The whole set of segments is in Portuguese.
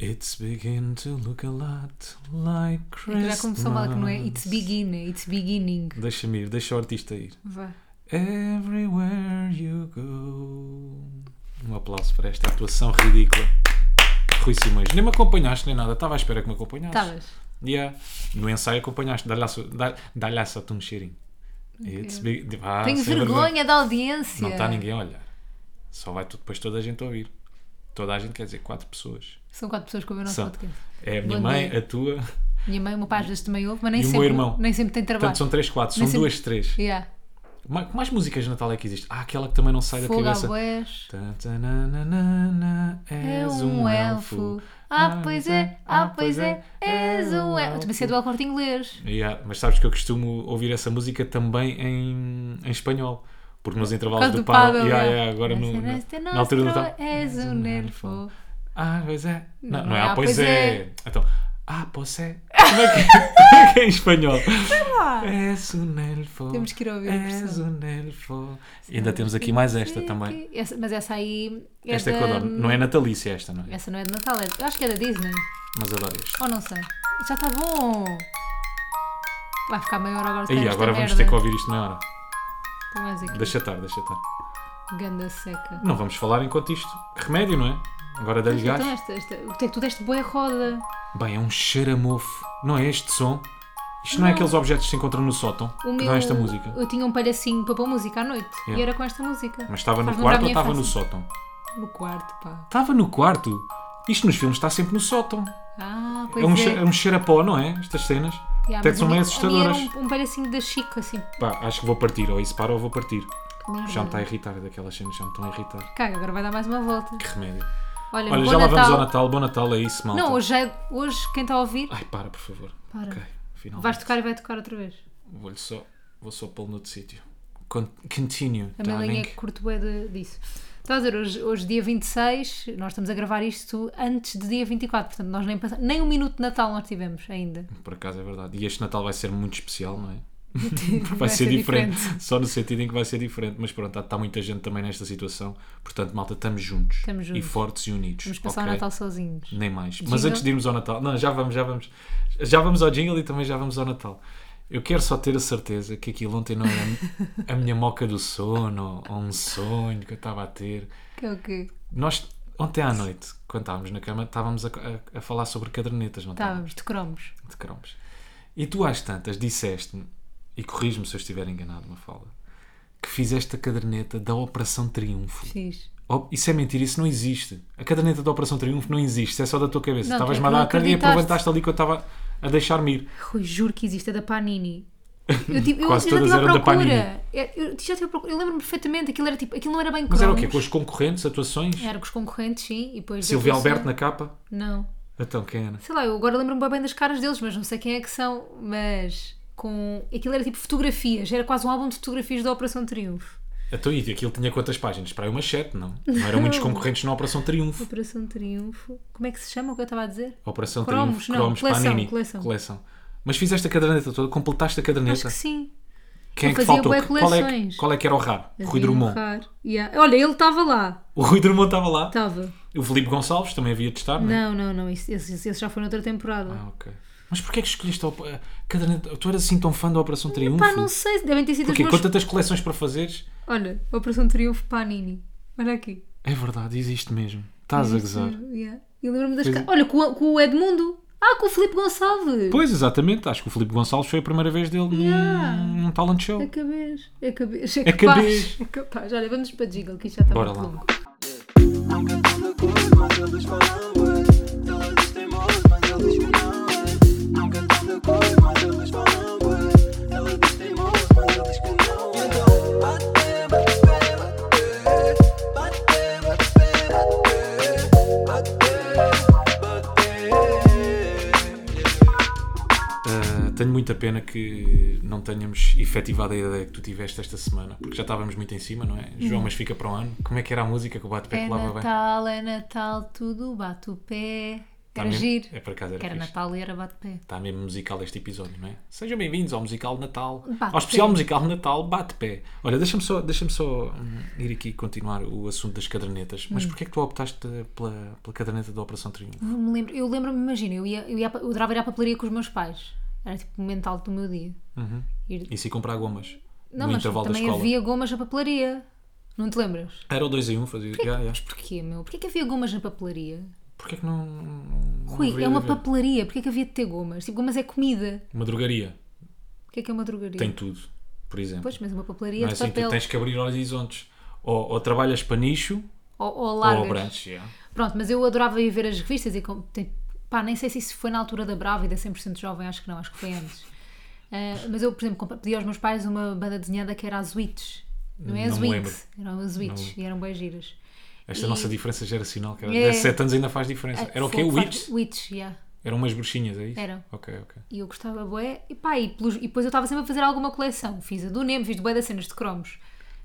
It's begin to look a lot like É que Christmas. já começou mal, que não é It's Begin, é It's Beginning. Deixa-me ir, deixa o artista ir. Vá. Everywhere you go. Um aplauso para esta atuação ridícula. Rui Simões, nem me acompanhaste nem nada, estava à espera que me acompanhasse. Estavas. Yeah. No ensaio acompanhaste, dá-lhe a su- dá- dá-lhe a sua um cheirinho. It's big... Vá, Tenho Ah, sem vergonha da audiência. Não está ninguém a olhar. Só vai tu, depois toda a gente a ouvir. Toda a gente quer dizer quatro pessoas. São quatro pessoas que ouvem o nosso São. podcast. É a minha Bom mãe, dia. a tua. Minha mãe, o meu pai às vezes também ouve, mas nem, E o meu sempre, irmão. nem sempre tem trabalho. Portanto, são três, quatro. São Nem duas, três. Yeah. Ma- Que mais músicas de Natal é que existe? Ah, aquela que também não sai da Fogo cabeça. ao boés. Tan, tan, na, na, na, na, É um elfo. Ah, pois é, ah, pois é, és um elfo. Também sei do El Corte Inglês. Yeah, mas sabes que eu costumo ouvir essa música também em, em espanhol. Porque nos intervalos causa do do paddle, paddle, yeah, yeah. yeah, agora no, na, Nasceste na altura do nostro, tal. És um elfo. Ah, pois é. Não, Não não é é, ah, ah, pois pois é. Então, ah, pois é. Como é que, como é, que é em espanhol? És um elfo. Temos que ir ouvir é a És versão. um elfo. Ainda temos aqui mais esta também. Essa- mas essa aí é Esta é da... que eu adoro. Não é natalícia esta, não é? Essa não é de Natal, é... eu acho que é da Disney. Mas adoro esta. Ou não sei. Já está bom. Vai ficar meia hora agora. Aí, agora vamos ter que ouvir isto meia hora. ouvir. Deixa estar, deixa estar. Então Ganda seca. Não vamos falar enquanto isto. Remédio, não é? Agora dá-lhe gás. Então esta, esta, o que é que tu deste boa roda? Bem, é um xaramofo. Não é este som? Isto não, é Não. aqueles objetos que se encontram no sótão O que meu- dão esta música. Eu tinha um palhacinho para pôr música à noite Yeah. e era com esta música. Mas estava no Faz lembrar quarto a ou minha estava no infância. sótão? No quarto, pá. Estava no quarto? Isto nos filmes está sempre no sótão. Ah, É pois um, é. che- é um cheiro a pó, não é? Estas cenas. Até Yeah, mas que a são meio minha- A assustadoras. minha era um, um palhacinho da Chico, assim. Pá, acho que vou partir. Ou isso para ou vou partir. Que merda. Já me está a irritar daquelas cenas, já me estão a irritar. Caga, agora vai dar mais uma volta. Que remédio. Olha, Olha, um bom já lá Natal. vamos ao Natal. Bom Natal, é isso, malta. Não, hoje, é- hoje quem está a ouvir, Ai, para, por favor. Para. Ok, finalmente. vais tocar e vai tocar outra vez. Vou-lhe só, vou só pô-lo noutro sítio. Con- Continue, A minha linha é darling. que curto bué de- disso. Estás a dizer, hoje, hoje dia 26, nós estamos a gravar isto antes de dia 24, portanto nós nem passamos, nem um minuto de Natal nós tivemos ainda. Por acaso é verdade. E este Natal vai ser muito especial, não é? Vai, Vai, ser, diferente. Só no sentido em que vai ser diferente. Mas pronto, está muita gente também nesta situação. Portanto, malta, estamos juntos. Estamos E juntos. fortes e unidos. Vamos passar ok? o Natal sozinhos. Nem mais. Mas Jingle? antes de irmos ao Natal. Não, já vamos, já vamos. Já vamos ao jingle e também já vamos ao Natal. Eu quero só ter a certeza que aquilo ontem não era a minha moca do sono ou um sonho que eu estava a ter. Que é o quê? Nós, ontem à noite, quando estávamos na cama, estávamos a, a- a falar sobre cadernetas, não é? Estávamos de cromos. de cromos. E tu às tantas disseste-me, e corrijo-me se eu estiver enganado, uma fala, que fizeste a caderneta da Operação Triunfo. Fiz. Oh, isso é mentira, isso não existe. A caderneta da Operação Triunfo não existe, isso é só da tua cabeça. Não, tu é Estavas-me que a dar não a carga e acreditaste. aproveitaste ali que eu estava a deixar-me ir. Rui, juro que existe, é da Panini. Eu, tipo, eu, Quase eu já todas estive à eram da procura. Eu, eu já estive à procura. Eu lembro-me perfeitamente, aquilo, era, tipo, aquilo não era bem cromos. Mas era o quê? Com os concorrentes, atuações? Era com os concorrentes, sim. E depois Silvio depois- Alberto né? na capa? Não. Então, quem era? Sei lá, eu agora lembro-me bué bem das caras deles, mas não sei quem é que são. Mas com. Aquilo era tipo fotografias, era quase um álbum de fotografias da Operação Triunfo. Então, e aquilo tinha quantas páginas? Para aí umas sete, não? Não eram muitos concorrentes na Operação Triunfo. Operação Triunfo. Como é que se chama o que eu estava a dizer? Operação Cromos, Triunfo, não, Cromos, coleção, Panini, coleção. Mas fizeste a caderneta toda, completaste a caderneta. Acho que sim. Quem Eu é que fazia faltou? bué Qual é, que- coleções. qual é que era o raro? Rui Havia um Drummond. par. Yeah. Olha, ele estava lá. O Rui Drummond estava lá. Estava. O Felipe Gonçalves também havia de estar, não é? Não, não, não. Esse, esse, esse já foi noutra temporada. Ah, ok. Mas porquê é que escolheste a, op- a caderneta? Tu eras assim tão fã da Operação Triunfo? Pá, não sei, devem ter sido os Porquê? meus... Com tantas coleções para fazeres? Olha, Operação Triunfo Panini. Olha aqui. É verdade, existe mesmo. Estás a gozar. Yeah. Eu lembro-me das Pois é. caras. Olha, com, o- com o Edmundo. Ah, com o Filipe Gonçalves. Pois, exatamente. Acho que o Felipe Gonçalves foi a primeira vez dele num- Yeah. num, talent show. É cabez. É cabez. É cabez. capaz. É capaz. Olha, vamos para Jingle, que isto já está Bora muito lá. é longo. Nunca tão de cor, mas eles falam ué. Todos teimosos, mas eles que não é. Nunca tão de cor, mas eles falam ué. Ela diz teimoso, mas eles que não é. Então, bate, bate, bate, bate, bate, bate, bate, bate. Uh, tenho muita pena que não tenhamos efetivado a ideia que tu tiveste esta semana, porque já estávamos muito em cima, não é? Uhum. João, mas fica para um ano. Como é que era a música que o bate-pé É que lava bem? Natal, é Natal, tudo bate o pé. Tá Era mesmo- giro. É para casa Que era era fixe. Natal e era bate-pé. Está mesmo musical este episódio, não é? Sejam bem-vindos ao musical de Natal, Bate-pé. ao especial musical de Natal Bate-Pé. Olha, deixa-me só, deixa só hum, ir aqui continuar o assunto das cadernetas. Hum. Mas porquê é que tu optaste pela, pela caderneta da Operação Triunfo? Não me lembro. Eu lembro-me, imagina, eu, ia, eu, ia, eu adorava ir à papelaria com os meus pais. Era tipo o momento alto do meu dia. Ir- E se comprar gomas Não, no mas Uhum. intervalo da também escola? havia gomas na papelaria. Não te lembras? Era o 2 em 1 um, fazia. Yeah, yeah. Mas porquê, meu? Porquê que havia gomas na papelaria? Porquê é que não. não Rui, haveria é uma de haver? papelaria. Porquê que havia de ter gomas? Tipo, gomas é comida. Uma drogaria. O que é que é uma drogaria? Tem tudo, por exemplo. Pois, mas uma papelaria não é de assim, tu papel. tens que abrir horizontes. Ou, ou trabalhas para nicho Ou, ou ou largas. abranges. yeah. Pronto, mas eu adorava ir ver as revistas e com- tem- pá, nem sei se isso foi na altura da Brava e da 100% Jovem, acho que não, acho que foi antes. Ah, mas eu, por exemplo, compa- pedi aos meus pais uma banda desenhada que era Azuites. Não é Não me Azuites, eram Azuites e eram bem giras. Esta é E- nossa diferença geracional, cara. É. 17 anos ainda faz diferença. Era o quê? O Witch? Witch, yeah. Eram umas bruxinhas, é isso? Eram. Ok, ok. E eu gostava bué, e pá, e, pelos- e depois eu estava sempre a fazer alguma coleção. Fiz a do Nemo, fiz de bué das cenas de cromos.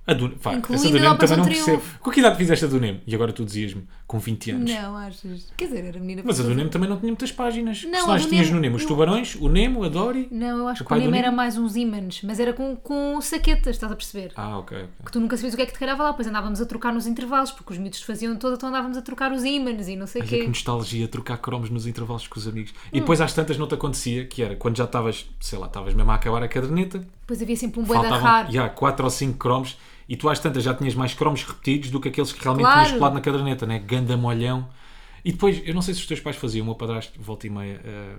A do, pá, Incluindo essa do Nemo a também Operação não Triunfo. percebo. Com que idade fizeste a do Nemo? E agora tu dizias-me, com 20 anos. Não, achas? Quer dizer, era menina Mas a do fazer- Nemo também não tinha muitas páginas. Não, Não, a Personagens do tinhas Nemo- no Nemo. Os eu- tubarões, o Nemo, a Dory. Não, eu acho O que o pai do Nemo era Nemo? mais uns ímãs, mas era com, com saquetas, estás a perceber? Ah, ok, ok. que tu nunca sabias o que é que te calhava lá, pois andávamos a trocar nos intervalos, porque os miúdos faziam toda, então andávamos a trocar os ímãs e não sei o Olha é que quê. nostalgia trocar cromos nos intervalos com os amigos. Hum. E depois às tantas não te acontecia, que era quando já estavas, sei lá, estavas mesmo a acabar a caderneta, Depois havia sempre um boi da faltavam raro. já, 4 ou 5 cromos e tu às tantas já tinhas mais cromos repetidos do que aqueles que realmente Claro. tinhas colado na caderneta, né? Ganda molhão. E depois, eu não sei se os teus pais faziam, o meu padrasto, volta e meia, eh,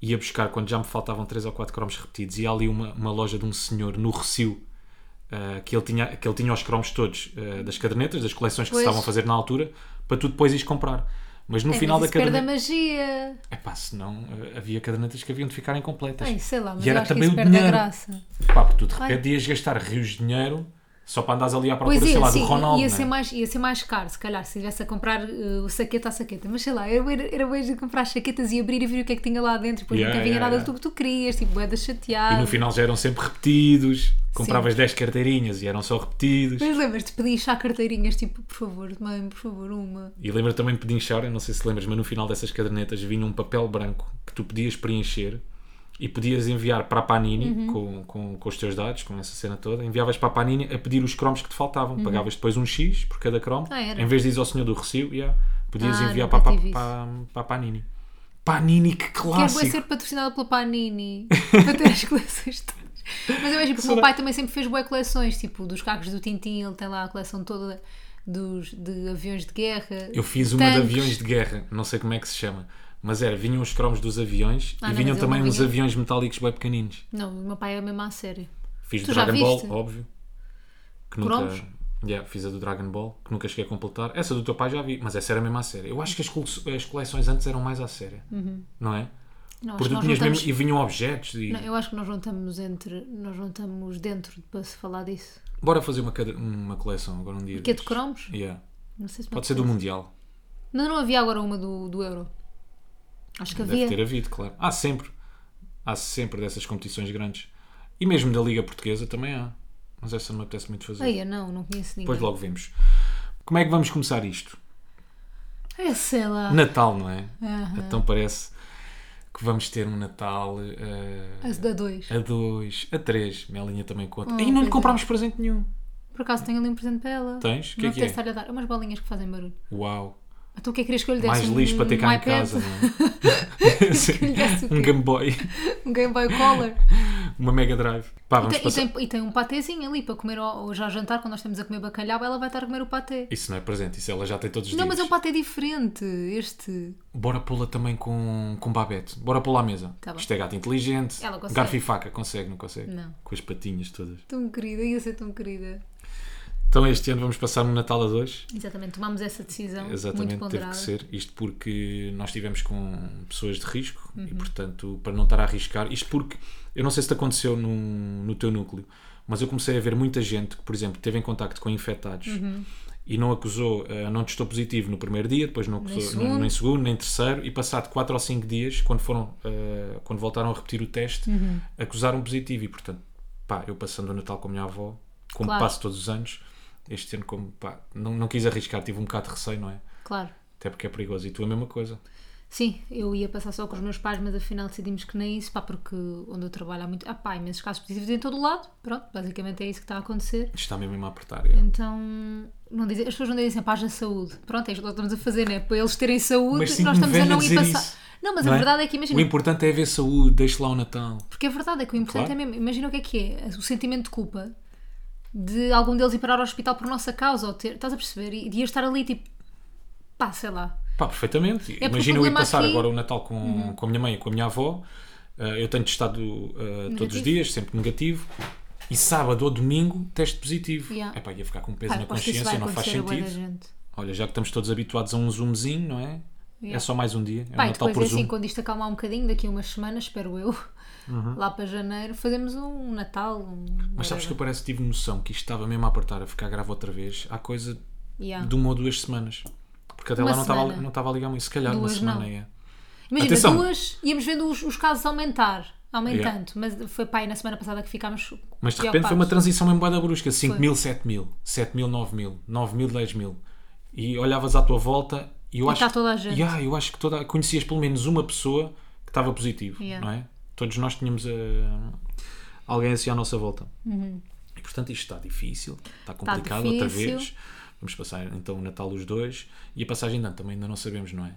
ia buscar quando já me faltavam 3 ou 4 cromos repetidos e há ali uma, uma loja de um senhor no Recio. eh, que, ele tinha, que ele tinha os cromos todos eh, das cadernetas, das coleções que Pois. se estavam a fazer na altura, para tu depois ires comprar. Mas no É, final da mas isso perde a caderneta. magia. Epá, senão eh, havia cadernetas que haviam de ficar incompletas. Ai, sei lá, mas E eu era acho que também isso o perde a dinheiro. graça. Pá, porque tu de Ai. repente ias gastar rios de dinheiro só para andares ali à procura, Pois é, sei lá, sim, do Ronaldo. ia, não é? ser mais, ia ser mais caro, se calhar, se estivesse a comprar eh, o saqueta a saqueta. Mas sei lá, era, era, era bem de comprar as saquetas e abrir e ver o que é que tinha lá dentro, depois Yeah, nunca vinha yeah, nada yeah. do que tu querias, tipo, é da E chateada. no final já eram sempre repetidos. Compravas 10 carteirinhas e eram só repetidos. Mas lembras-te de pedinchar carteirinhas, tipo, por favor, mãe, por favor, uma. E lembra também de pedinchar, eu não sei se lembras, mas no final dessas cadernetas vinha um papel branco que tu podias preencher e podias enviar para a Panini Uhum. com, com, com os teus dados, com essa cena toda. Enviavas para a Panini a pedir os cromos que te faltavam. Pagavas depois um X por cada cromo. Uhum. Ah, era? em vez de ir ao senhor do recibo, yeah, podias Ah, enviar para, nunca para, tive isso. para, para a Panini. Panini, que Quero é bué clássico! ser patrocinada pela Panini para ter as coleções todas. Mas eu vejo porque o meu Será? pai também sempre fez boas coleções, tipo dos cacos do Tintim, ele tem lá a coleção toda dos, de aviões de guerra. Eu fiz uma de tanques. aviões de guerra, não sei como é que se chama, mas era, vinham os cromos dos aviões Ah, e não, vinham mas ele também não uns vinha. aviões metálicos bem pequeninos. Não, o meu pai é mesmo à sério. Fiz Tu do já Dragon viste? Ball, óbvio. Que Cromos? nunca. Yeah, fiz a do Dragon Ball, que nunca cheguei a completar. Essa do teu pai já vi, mas essa era mesmo à séria. Eu acho que as, cole- as coleções antes eram mais à séria, não é? Não, Uhum. acho Porque que tu nós tinhas não mesmo. estamos- E vinham objetos e. não, eu acho que nós não estamos entre. Nós não estamos dentro para se falar disso. Bora fazer uma, cade- uma coleção agora um dia. Que é de destes. cromos? Yeah. Não sei se Pode ser do Mundial. Mas não havia agora uma do, do Euro. Acho que Deve havia. ter havido, claro. Há sempre. Há sempre dessas competições grandes. E mesmo da Liga Portuguesa também há. Mas essa não me apetece muito fazer. Eia, não, não conheço ninguém. Depois logo vemos. Como é que vamos começar isto? É, sei lá. Natal, não é? Aham. Então parece que vamos ter um Natal eh, As da 2. a dois, a três. Melinha também conta. Hum, e não pois lhe é. comprámos presente nenhum. Por acaso tenho ali um presente para ela. Tens? O que não é que é? estar a dar. Umas bolinhas que fazem barulho. Uau. Então o que é que querias que eu lhe desse? Mais lixo para ter cá um em iPad? casa, não é? Que lhe desse um o quê? Game Boy, Um Game Boy Color. uma Mega Drive. Pá, E vamos tem, Então, e, passar. tem, e tem um patezinho ali para comer ao, ao- já ao jantar, quando nós estamos a comer bacalhau, ela vai estar a comer o paté. Isso não é presente, isso ela já tem todos os Não, dias. mas é um paté diferente, este. Bora pô-la também com, com babete. Bora pô-la à mesa. Tá bom. Isto é gato inteligente. Ela consegue. Garfo e faca. Consegue, não consegue? Não. Com as patinhas todas. Tão querida, ia ser tão querida. Então este ano vamos passar um Natal a dois. Exatamente, tomámos essa decisão muito Exatamente, teve ponderada. que ser. Isto porque nós estivemos com pessoas de risco e, Uhum. portanto, para não estar a arriscar. Isto porque, eu não sei se te aconteceu no, no teu núcleo, mas eu comecei a ver muita gente que, por exemplo, teve em contacto com infectados Uhum. e não acusou, eh, não testou positivo no primeiro dia, depois não acusou segundo. não- nem segundo, nem terceiro e passado 4 ou 5 dias, quando, foram, eh, quando voltaram a repetir o teste, Uhum. acusaram positivo e, portanto, pá, eu passando o Natal com a minha avó, como Claro. passo todos os anos, este ano, como pá, não, não quis arriscar, tive um bocado de receio, não é? Claro. Até porque é perigoso. E tu a mesma coisa. Sim, eu ia passar só com os meus pais, mas afinal decidimos que nem isso, pá, porque onde eu trabalho há muito. Ah, pá, imensos casos positivos em todo o lado. Pronto, basicamente é isso que está a acontecer. Isto está mesmo a apertar. é. Então, não dizem, as pessoas não dizem, pá, haja saúde. Pronto, é isto que nós estamos a fazer, né? Para eles terem saúde, Mas nós sinto-me estamos a velho não a ir dizer passar. isso. Não, mas Não a é? verdade é que O imagina. importante é haver saúde, deixe lá o Natal. Porque a verdade é que o importante Claro. é mesmo. Imagina o que é que é. O sentimento de culpa de algum deles ir parar ao hospital por nossa causa. Ou ter, estás a perceber? E de eu estar ali tipo. Pá, sei lá. Pá, perfeitamente. É porque Imagina o eu ir problema passar aqui- Uhum. agora o Natal com, com a minha mãe e com a minha avó. Ah, eu tenho testado ah, todos os Negativo. dias, sempre negativo. E sábado ou domingo, teste positivo. Yeah. Epá, ia ficar com peso Pá, na aposto que isso consciência, vai não faz acontecer a bué da sentido. É gente. Olha, já que estamos todos habituados a um zoomzinho, não é? É Yeah. só mais um dia. É Pá, um e Natal depois por é Zoom. assim, quando isto acalmar um bocadinho, daqui a umas semanas, espero eu, Uhum. lá para janeiro, fazemos um Natal. Um Mas sabes que eu whatever. parece que tive noção que isto estava mesmo a apertar, a ficar grave outra vez, há coisa Yeah. de um uma ou duas semanas. Porque até Ah. Uma lá não estava, semana. não estava a ligar muito. Se calhar Duas, uma semana não. é. Imagina, Atenção. duas, íamos vendo os, os casos aumentar, aumentando, mas foi pá, aí na semana passada que ficámos. Mas de repente foi uma preocupados. transição mesmo bada brusca. 5 mil, 7 mil, 7 mil, 9 mil, 9 mil, 10 mil. E olhavas à tua volta e eu E acho. tá toda a gente. Yeah, eu acho que toda... conhecias pelo menos uma pessoa que estava positivo, Yeah. não é? Todos nós tínhamos eh, alguém assim à nossa volta. Uhum. E portanto isto está difícil, está complicado outra difícil. vez. Vamos passar então o Natal os dois e a passagem de ano também ainda não sabemos, não é?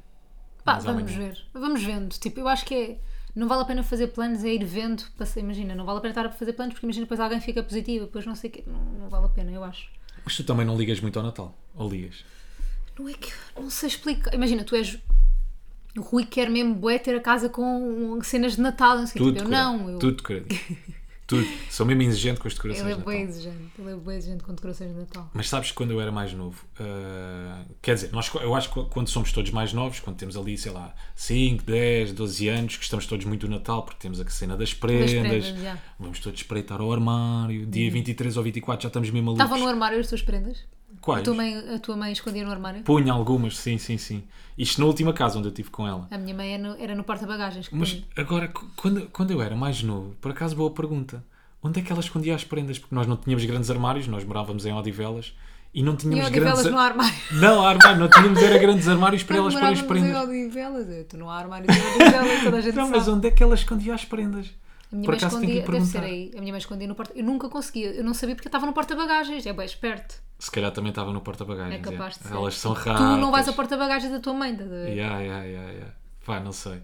Pá, Mas vamos amanhã. ver. Vamos vendo. Tipo, eu acho que é. Não vale a pena fazer planos, é ir vendo. para se- Imagina, não vale a pena estar a fazer planos porque imagina depois alguém fica positivo, depois não sei o quê. Não, não vale a pena, eu acho. Mas tu também não ligas muito ao Natal, ou ligas? Não é que não sei explicar. Imagina, tu és. O Rui quer mesmo bué ter a casa com cenas de Natal, não sei o quê. Tudo, Tipo, Eu decorado. não, eu, Tudo decoradinho. Tudo. Sou mesmo exigente com as decorações ele é de bué Natal. exigente. Ele é bué exigente com decorações de Natal. Mas sabes que quando eu era mais novo, ah, quer dizer, nós, eu acho que quando somos todos mais novos, quando temos ali, sei lá, 5, 10, 12 anos, gostamos todos muito do Natal, porque temos a cena das prendas, prendas, já. vamos todos espreitar ao armário, dia 23 ou 24 já estamos mesmo malucos. Estavam no armário as tuas prendas? A Quais? tua mãe, a tua mãe escondia no armário? Punha algumas, sim, sim, sim. Isto na última casa onde eu estive com ela. A minha mãe era no, era no porta-bagagens. que Mas punha. agora, cu- quando, quando eu era mais novo, por acaso boa pergunta, onde é que ela escondia as prendas? Porque nós não tínhamos grandes armários, nós morávamos em Odivelas e não E tínhamos eu de grandes... velas no armário. Não, armário, não tínhamos era grandes armários para elas Nós porem as morávamos prendas. em Odivelas. Eu estou no armário de Odivelas, toda a gente Não, sabe. mas onde é que ela escondia as prendas? A minha Por mãe acaso tenho que escondia, lhe deve ser perguntar. aí. A minha mãe escondia no porta. Eu nunca conseguia, eu não sabia porque eu estava no porta-bagagens. É bem esperto. Se calhar também estava no É porta-bagagens. capaz de é. ser. Elas são raras. Tu não vais ao porta-bagagens da tua mãe, estás a ver? Yeah, yeah, yeah, yeah. Pá, não sei.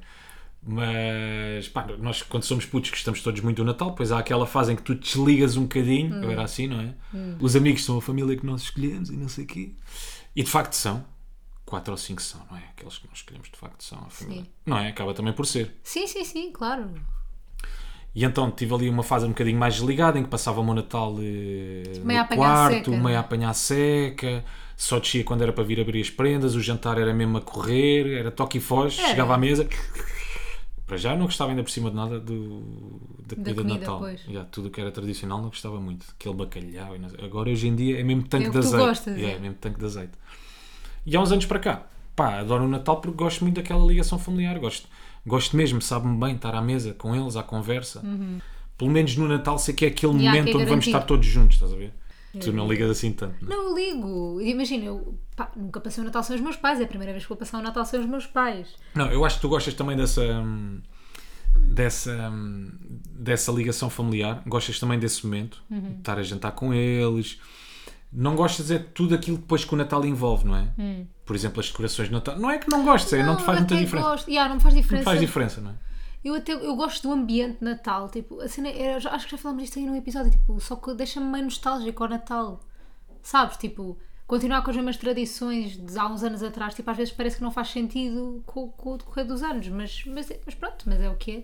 Mas, pá, nós quando somos putos que estamos todos muito do Natal, pois há aquela fase em que tu desligas um bocadinho, Hum. eu era assim, não é? Os amigos são a família que nós escolhemos e não sei o quê. E de facto são. Quatro ou cinco são, não é? Aqueles que nós escolhemos de facto são a família. Sim. Não é? Acaba também por ser. Sim, sim, sim, claro. E então tive ali uma fase um bocadinho mais desligada em que passava o meu Natal eh, Meio a no apanhar quarto, seca, meio não a é? apanhar seca, só descia quando era para vir abrir as prendas, o jantar era mesmo a correr, era toque e foz, Era. chegava à mesa. Para já não gostava ainda por cima de nada do, da comida, de comida, Natal. pois. Já, tudo o que era tradicional não gostava muito. Aquele bacalhau. e não sei- Agora hoje em dia é mesmo tanque É o de que tu azeite. gostas, Yeah, é. é mesmo tanque de azeite. E há uns anos para cá, pá, adoro o Natal porque gosto muito daquela ligação familiar. Gosto, gosto mesmo, sabe-me bem estar à mesa com eles, à conversa. Pelo menos no Natal sei que é aquele Yeah, momento Uhum. que é onde vamos garantido. estar todos juntos, estás a ver? Tu não ligas assim tanto. não é? Não, eu ligo. Imagina, eu pá, nunca passei o Natal sem os meus pais. É a primeira vez que vou passar o Natal sem os meus pais. Não, eu acho que tu gostas também dessa. hum, Dessa, hum, dessa ligação familiar, gostas também desse momento, Uhum. de estar a jantar com eles, não gostas é de tudo aquilo depois que o Natal envolve, não é? Por exemplo, as decorações de Natal, não é que não gostes, é, não, te faz Hum. eu muita Ah, até diferença. Gosto. Yeah, não me faz Não diferença. faz diferença, não é? Eu até eu gosto do ambiente de Natal. Tipo, a cena, eu já- acho que já falámos disto aí num episódio. Tipo, só que deixa-me meio nostálgico ao Natal. Sabes? Tipo, continuar com as mesmas tradições de há uns anos atrás. Tipo, às vezes parece que não faz sentido com, com o decorrer dos anos. Mas, mas, é- mas pronto, mas é o que é.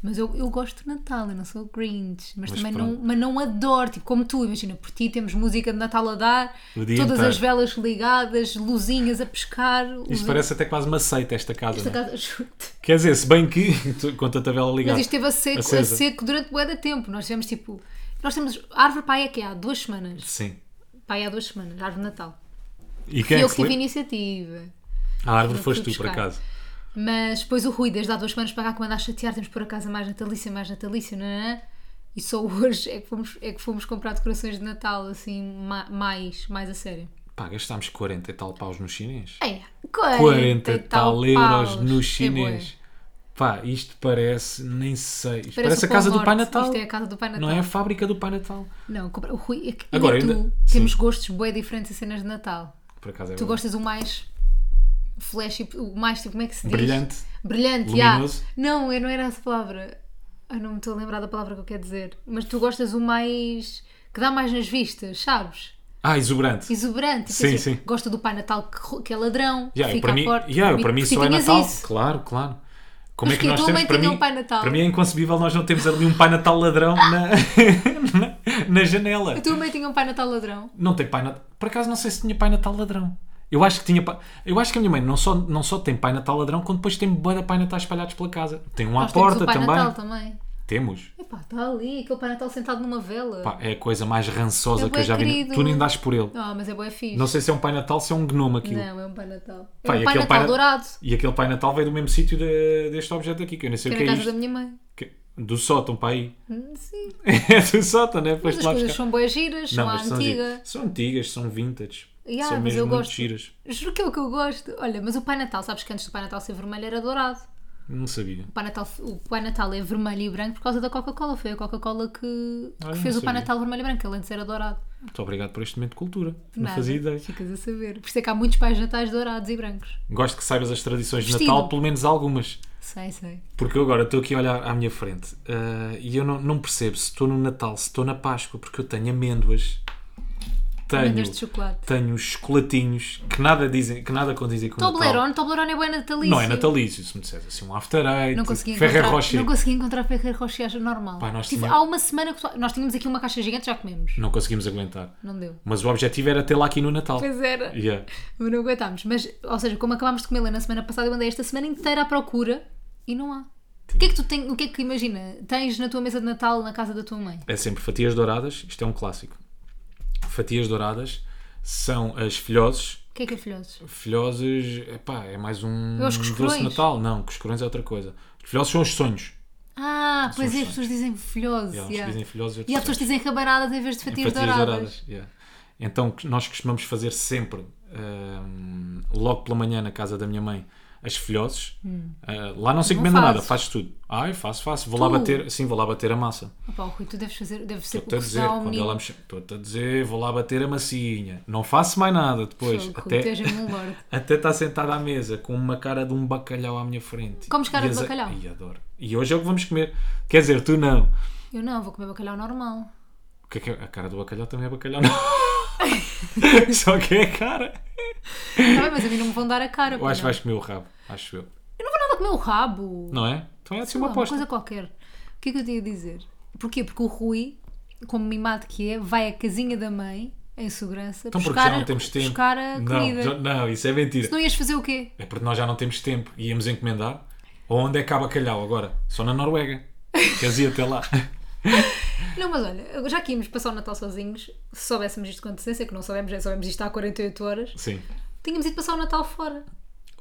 Mas eu, eu gosto de Natal, eu não sou Grinch, mas, Mas também pronto. não, mas não adoro, tipo como tu, imagina, por ti temos música de Natal a dar, O dia todas inteiro. as velas ligadas, luzinhas a pescar, Isto luzinhas- parece até quase uma seita esta casa. Uhum. esta não é? casa- juro-te. Quer dizer, se bem que tu- com tanta vela ligada. Mas isto é esteve a seco, a Acesa. seco durante bué de tempo. Nós tivemos tipo. Nós temos a árvore pai aqui há duas semanas. Sim. Pai há duas semanas, árvore de Natal. E Fui quem é eu que que se tive a lembra? iniciativa. A árvore Eu foste fui tu, por buscar. acaso. Mas depois o Rui, desde há duas semanas para cá, que manda a chatear, temos por acaso a mais natalícia, mais natalícia, nanã. E é só hoje é que fomos, é que fomos comprar decorações de Natal, assim, ma- mais, mais a sério. Pá, gastámos 40 e tal paus no chinês. É, 40 e tal euros paus. no É bué. chinês. Pá, isto parece, nem sei. Isto Parece parece o a casa Polo do Pai Norte. Natal. Isto é a casa do Pai Natal. Não é a fábrica do Pai Natal. Não, compra- o Rui, é que Agora, eu e tu ainda- temos gostos bem diferentes em cenas de Natal. Por acaso é Tu verdade. gostas o mais flash, o mais tipo, como é que se diz? Brilhante. Brilhante, já. Luminoso. Não, eu não era essa palavra. Eu não me estou a lembrar da palavra que eu quero dizer. Mas tu gostas o mais. que dá mais nas vistas, sabes? Ah, exuberante. Exuberante. tipo Sim, assim, sim. Gosta do Pai Natal que, ro- que é ladrão, Yeah, fica para à mim, porta. yeah, para mim porque só é tinhas Natal. isso. Claro, claro. Como Mas é que que a nós tua temos mãe para tinha mim, um Pai Natal. para mim é inconcebível nós não termos ali um Pai Natal ladrão na, na, na janela. A tua mãe tinha um Pai Natal ladrão. Não tem Pai Natal. Por acaso não sei se tinha Pai Natal ladrão. Eu acho que tinha Pai- Eu acho que a minha mãe não só, não só tem Pai Natal ladrão, como depois tem boa Pai Natal espalhados pela casa. Tem um à Nós temos porta o Pai também. Natal também. Temos. Epá, está ali, aquele Pai Natal sentado numa vela. Pá, é a coisa mais rançosa É que eu bué já vi. querido. Tu nem dás por ele. Ah, mas é boa fixe. Não sei se é um Pai Natal, se é um gnomo aquilo. Não, é um Pai Natal. É Pá, um e Pai aquele Natal Pai Nat- dourado, E aquele Pai Natal veio do mesmo sítio de- deste objeto aqui, que eu nem sei o que é que na é casa isto. da minha mãe. Que- Do sótão, para aí. Hum, Sim. É do sótão, né? Mas Depois as de lá coisas buscar. são boas giras, são à mas antiga. antigas. São antigas, são vintage. Yeah, são mas mesmo eu muito gosto. giras. Juro que é o que eu gosto. Olha, mas o Pai Natal, sabes que antes do Pai Natal ser vermelho era dourado. Não sabia. O Pai Natal, o Pai Natal é vermelho e branco por causa da Coca-Cola. Foi a Coca-Cola que, Olha, que fez Ah, não o Pai sabia. Natal vermelho e branco. Ele antes era dourado. Muito obrigado por este momento de cultura. Nada. Não fazia ideia. Ficas a saber. Por isso é que há muitos pais natais dourados e brancos. Gosto que saibas as tradições de Vestido. Natal, pelo menos algumas. Sei, sei. Porque eu agora estou aqui a olhar à minha frente ah, e eu não, não percebo se estou no Natal, se estou na Páscoa, porque eu tenho amêndoas. Tenho, Vendas de chocolate. tenho chocolatinhos que nada, dizem, que nada condizem com o Natal. Toblerone, Toblerone é bom natalício. Não é natalício, se me disseres assim, um after Não consegui eight, encontrar, Ferrer não Rocher. consegui encontrar Ferrer Rocher acho normal. Pá, nós Tipo, tínhamos- Há uma semana que só- nós tínhamos aqui uma caixa gigante, já comemos. Não conseguimos aguentar. Não deu. Mas o objetivo era tê-la aqui no Natal. Pois é. era. Yeah. Mas não aguentámos. Mas, ou seja, como acabámos de comê-la na semana passada, eu andei esta semana inteira à procura e não há. O que é que tu tens, o que é que imagina? Tens na tua mesa de Natal na casa da tua mãe? É sempre fatias douradas, isto é um clássico. Fatias douradas são as filhoses. O que é que é filhosos? Filhoses, epá, é mais um É os cuscurões? doce de Natal. Não, cuscurões é outra coisa. Os filhoses são os sonhos. Ah, pois é, os as pessoas dizem filhosos. Yeah, uns yeah. dizem filhoses é e E há outros pessoas sonhos. que dizem rabanadas em vez de Em fatias, douradas. yeah. Então nós costumamos fazer sempre, hum, logo pela manhã na casa da minha mãe, as filhoses. Ah, lá não se Hum. Não encomenda nada, fazes. fazes tudo. Ai, faço, faço. Vou Tu? lá bater, sim, vou lá bater a massa. Opa, o Rui, tu deves fazer, deves ser o Estou-te a que dizer, dá ao quando menino. ela me chama, estou-te a dizer, vou lá bater a massinha. Não faço mais nada depois. Fogo, até tu és um lorde. até está sentada à mesa com uma cara de um bacalhau à minha frente. Comes cara E de as- bacalhau? Ai, adoro. E hoje é o que vamos comer. Quer dizer, tu não. Eu não, vou comer bacalhau normal. Tá O que é que é? A cara do bacalhau também é bacalhau, não. Só que é a cara. Tá bem, mas a mim não me vão dar a cara. Eu pá, acho que não. vais comer o rabo, acho eu. Eu não vou nada comer o rabo. Não é? Então é assim Sei lá, uma aposta. coisa qualquer. O que é que eu tinha a dizer? Porquê? Porque o Rui, como mimado que é, vai à casinha da mãe, em segurança, Então porque buscar, já não a- temos tempo. buscar a comida. não, já- não, isso é mentira. Se não ias fazer o quê? É porque nós já não temos tempo. Íamos encomendar. Ou onde é que há bacalhau agora? Só na Noruega. Queres ir até lá? Não, mas olha, já que íamos passar o Natal sozinhos, se soubéssemos isto com antecedência, que não soubemos, já soubemos isto há 48 horas, Sim. tínhamos ido passar o Natal fora.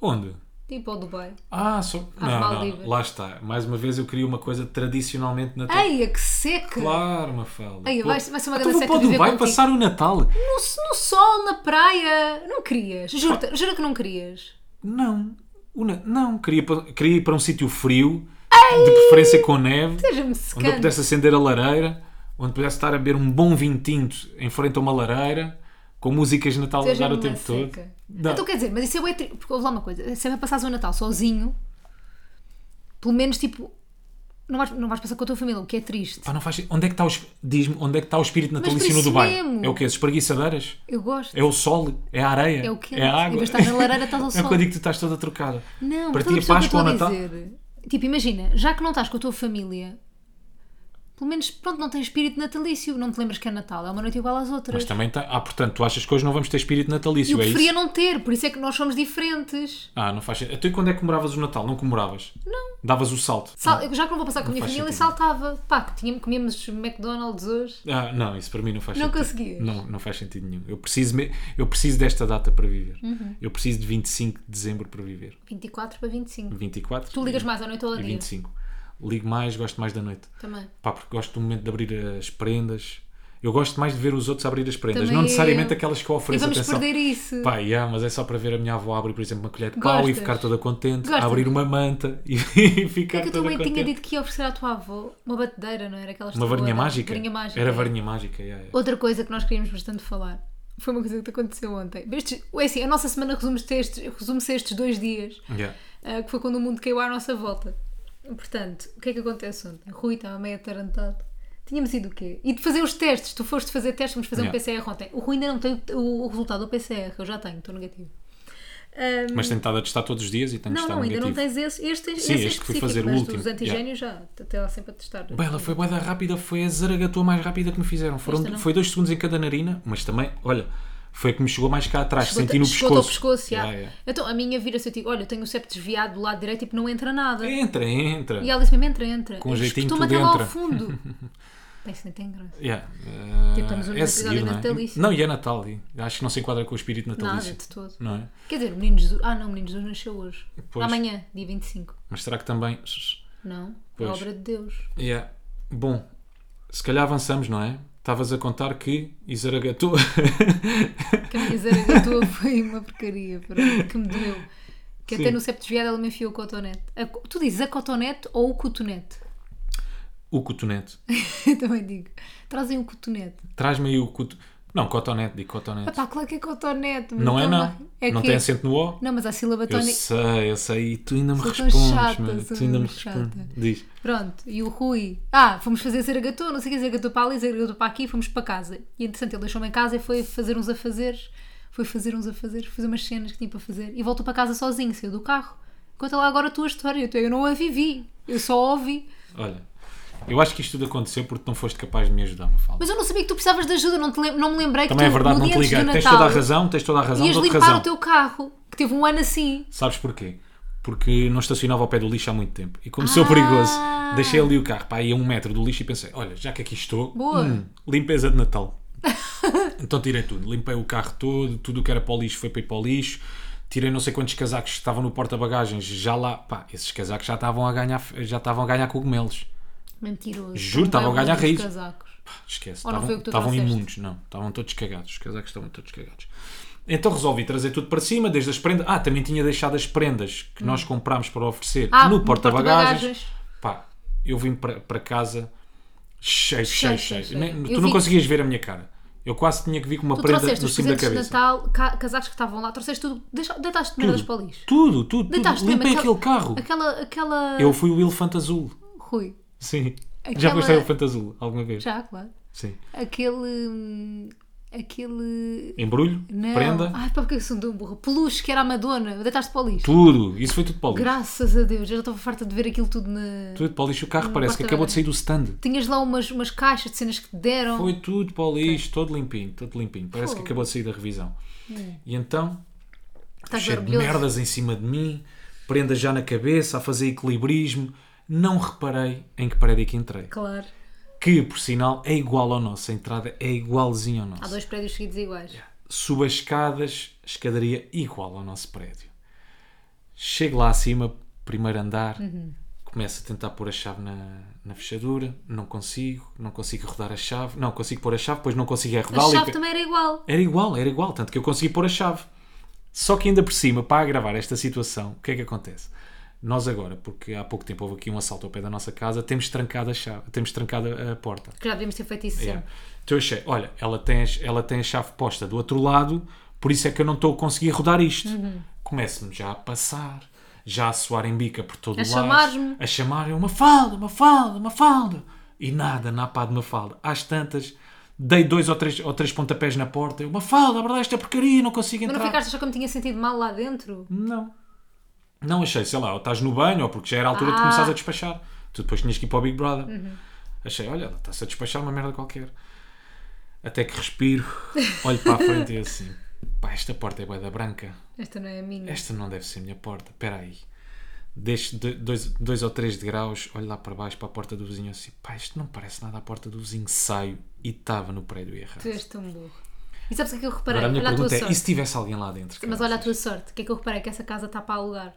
Onde? Tipo ao Dubai. Ah, só. Não, não, Maldivas. não, lá está. Mais uma vez eu queria uma coisa tradicionalmente natal. Eia, que seca! Então, Claro, Mafalda. Ei, Pô, vai- vai ser então uma grande não seca pode viver Dubai contigo. passar o Natal? No, no sol, na praia! Não querias? Jura, jura que não querias? Não. O na- Não, queria, pa- queria ir para um sítio frio, de preferência com neve, onde Seja-me eu secante. pudesse acender a lareira, onde pudesse estar a beber um bom vinho tinto em frente a uma lareira, com músicas de Natal a Seja dar o uma tempo todo. seca. Não. Então quer dizer, mas isso é bué tri... Porque ouve lá uma coisa, se é para passares o Natal sozinho, pelo menos tipo, não vais, não vais passar com a tua família, o que é triste. Pá, não faz... Onde é que está o, esp- diz-me, onde é que está o espírito por natalício no isso Dubai? mesmo. É o quê? As espreguiçadeiras? Eu gosto. É o sol? É a areia? É o quente. É a água? Em vez de estar na lareira, estás ao É sol. quando eu digo que tu estás toda trocada. Não, Para ti mas a estás a perceber o que Páscoa ou eu Natal? estou a dizer. Tipo, imagina, já que não estás com a tua família, pelo menos, pronto, não tens espírito natalício, não te lembras que é Natal, é uma noite igual às outras. Mas também tem... Ah, portanto, tu achas que hoje não vamos ter espírito natalício, eu é preferia isso? não ter, por isso é que nós somos diferentes. Ah, não faz sentido. Tu quando é que comemoravas o Natal? Não comemoravas? Não. Davas o salto? Sal- eu já que não vou passar com a Não minha faz família, sentido. saltava. Pá, que tínhamos, comíamos McDonald's hoje. Ah, não, isso para mim não faz Não sentido. conseguias? Não, não faz sentido nenhum. Eu preciso, me- eu preciso desta data para viver. Uhum. Eu preciso de 25 de dezembro para viver. 24 para 25. 24 Tu ligas e, mais à noite ou ao Hum. e dia? 25. Ligo mais, gosto mais da noite. Também. Pá, porque gosto do momento de abrir as prendas Eu gosto mais de ver os outros abrir as prendas, Também não necessariamente eu. aquelas que eu E ofereço. vamos atenção. perder isso. Pá, yeah, mas é só para ver a minha avó abrir, por exemplo, uma colher de pau e Gostas? ficar toda contente, Gostas? abrir uma manta e, e Porquê ficar é que a tua toda mãe contente. tinha dito que ia oferecer à tua avó uma batedeira, não era? Aquelas Uma varinha boa, mágica? varinha mágica. é. Era varinha mágica, yeah, yeah. Outra coisa que nós queríamos bastante falar foi uma coisa que te aconteceu ontem. Estes, é assim, a nossa semana resume-se a estes, resume-se a estes dois dias, Yeah. ah, que foi quando o mundo caiu à nossa volta. Portanto, o que é que acontece ontem? Rui estava meio atarantado. Tínhamos ido o quê? E de fazer os testes. Tu foste fazer testes, vamos fazer Yeah. um PCR ontem. O Rui ainda não tem o, o resultado do PCR, eu já tenho, estou negativo. Ah, Mas tenho estado a testar todos os dias e tenho que não, estar não, ainda negativo. não tens esse. Este, tens- Sim, esse este que fui específico, fazer o mas último, Os antigénios já, até lá sempre a testar. Bem, ela foi bué da rápida, foi a zaragatua mais rápida que me fizeram. Esta Foram, tipo, não. foi dois segundos em cada narina, mas também, olha, foi a que me chegou mais cá atrás, Chegou-te- senti no chegou-te ao pescoço. pescoço, já. Yeah, yeah. Então a minha vira-se, eu digo, olha, eu tenho o septo desviado do lado direito, tipo, não entra nada. Entra, entra. E ela disse mesmo, entra, entra. É. Com um Eu jeitinho espetou-me tudo até lá entra. ao fundo. Bem, isso nem tem graça. Yeah. Tipo, estamos Uh, numa é seguir, cidade não, é? natalícia. não, e é Natal. e Acho que não se enquadra com o espírito Nada natalício. de todo. Não é? Quer dizer, o menino Jesus. Ah, não, o menino Jesus nasceu hoje. Pois. Amanhã, dia 25. Mas será que também. Não, Pois. a obra de Deus. Yeah. Bom, se calhar avançamos, não é? Estavas a contar que e zaragatua. Quem quiser a tua foi uma porcaria, pronto, que me doeu. Que até Sim. no septo desviado ela me enfiou o cotonete. A co- tu dizes a cotonete ou o cotonete? o cotonete. Eu também digo. Trazem o cotonete. Traz-me aí o cotonete. Não, cotonete, digo cotonete. Epá, claro que é cotonete. mas Não é, então não. É não que tem é. acento no O? Não, mas a sílaba Eu tónica. sei, eu sei. E tu ainda me Sou tão respondes, chata, mano. sou Tu ainda me mesmo chata. respondes. Diz. Pronto, e o Rui. Ah, fomos fazer zergatô, não sei o que, zergatô para ali, zergatô para aqui, fomos para casa. E interessante, ele deixou-me em casa e foi fazer uns afazeres. Foi fazer uns afazeres, fazer umas cenas que tinha para fazer. E voltou para casa sozinho, saiu do carro. Conta lá agora a tua história. Eu, tô- eu não a vivi, eu só a ouvi. Olha, eu acho que isto tudo aconteceu porque não foste capaz de me ajudar, Mafalda. Mas eu não sabia que tu precisavas de ajuda, não, te lem- não me lembrei Também que é tu, verdade, no não dia te antes do liguei. Tens Natal, toda a razão, tens toda a razão, Ias dou-te limpar razão. o teu carro, que teve um ano assim. Sabes porquê? Porque não estacionava ao pé do lixo há muito tempo. E como sou perigoso, deixei ali o carro, pá, ia um metro do lixo e pensei, olha, já que aqui estou, hum, Boa. limpeza de Natal. então tirei tudo. Limpei o carro todo, tudo o que era para o lixo foi para ir para o lixo. Tirei não sei quantos casacos que estavam no porta-bagagens, já lá, pá, esses casacos já estavam a ganhar, já estavam a ganhar cogumelos. Mentiroso. Juro, Tão estava a bem ganhar os raiz. casacos. Esquece, Ou não foi estavam o que tu estavam trouxeste? imundos, não, estavam todos cagados, os casacos estavam todos cagados. Então resolvi trazer tudo para cima, desde as prendas. Ah, também tinha deixado as prendas que nós comprámos para oferecer Hum. Ah, no no porta-bagagens. porta-bagagens. Pá, eu vim para para casa cheio, cheio, Cheio, cheio. cheio, cheio. Nem- Eu tu não vi- conseguias ver a minha cara. Eu quase tinha que vir com uma Tu prenda trouxeste no os cimo da presentes de cabeça. Natal, ca- casacos que estavam lá, trouxeste tudo, deixa- deitaste merdas para o lixo. Tudo, tudo, Deitaste tudo. Limpei mesmo aquele carro. Aquela, aquela. Eu fui o elefante azul. Rui, Sim. Já Aquela- foste ao elefante azul alguma vez? já, claro. Sim. Aquele. hum, Aquele. Embrulho, Não. Ah. prenda, Ai, pá, porque eu sou tão burra. Peluche, que era a Madonna, deitaste para o lixo. tudo. Isso foi tudo para o lixo. Graças a Deus, eu já estava farta de ver aquilo tudo na. Tudo para o lixo. O carro parece que porta-bagagens. acabou de sair do stand. Tinhas lá umas, umas caixas de cenas que te deram. Foi tudo para o lixo, todo limpinho, todo limpinho. Parece que Fogo. Hum. acabou de sair da revisão. E então, Estás cheio de orgulhoso. merdas em cima de mim, prendas já na cabeça, a fazer equilibrismo. Não reparei em que prédio é que entrei. Claro. Que, por sinal, é igual ao nosso. A entrada é igualzinho ao Há nosso. dois prédios seguidos iguais. Subo as escadas, escadaria igual ao nosso prédio. Chego lá acima, primeiro andar, Uhum. começo a tentar pôr a chave na, na fechadura, não consigo, não consigo rodar a chave, não consigo pôr a chave, pois não consigo é A rodá-la. e chave pe- também era igual. Era igual, era igual, tanto que eu consegui pôr a chave. Só que ainda por cima, para agravar esta situação, o que é que acontece? Nós agora, porque há pouco tempo houve aqui um assalto ao pé da nossa casa, temos trancado a chave, temos trancado a- a porta. Que já devíamos ter feito isso Yeah. sempre. Então eu achei, olha, ela tem, as- ela tem a chave posta do outro lado, por isso é que eu não estou a conseguir rodar isto. Uhum. Começo-me já a passar, já a soar em bica por todo A o lado. chamar-me. A chamar uma falda, uma falda, uma falda. E nada, na pá de uma falda. Às tantas, dei dois ou três, ou três pontapés na porta. Eu, uma falda, abre lá esta porcaria, não consigo Mas entrar. não ficaste a achar que eu me tinha sentido mal lá dentro? Não. Não achei, sei lá, ou estás no banho, ou porque já era a altura de Ah. Uhum. começares a despachar. Tu depois tinhas que ir para o Big Brother. Achei, olha, ela está-se a despachar uma merda qualquer. Até que respiro, olho para a frente e assim, pá, esta porta é bué da branca. Esta não é a minha. Esta não deve ser a minha porta, espera aí. Deixo do- dois, dois ou três degraus, olho lá para baixo para a porta do vizinho assim, pá, isto não parece nada à porta do vizinho. Saio e estava no prédio errado. Tu és tão burro. E sabes o que é que eu reparei? Agora a minha olha a tua pergunta é, sorte. e se tivesse alguém lá dentro? Mas caraças? olha a tua sorte. O que é que eu reparei? Que essa casa está para alugar.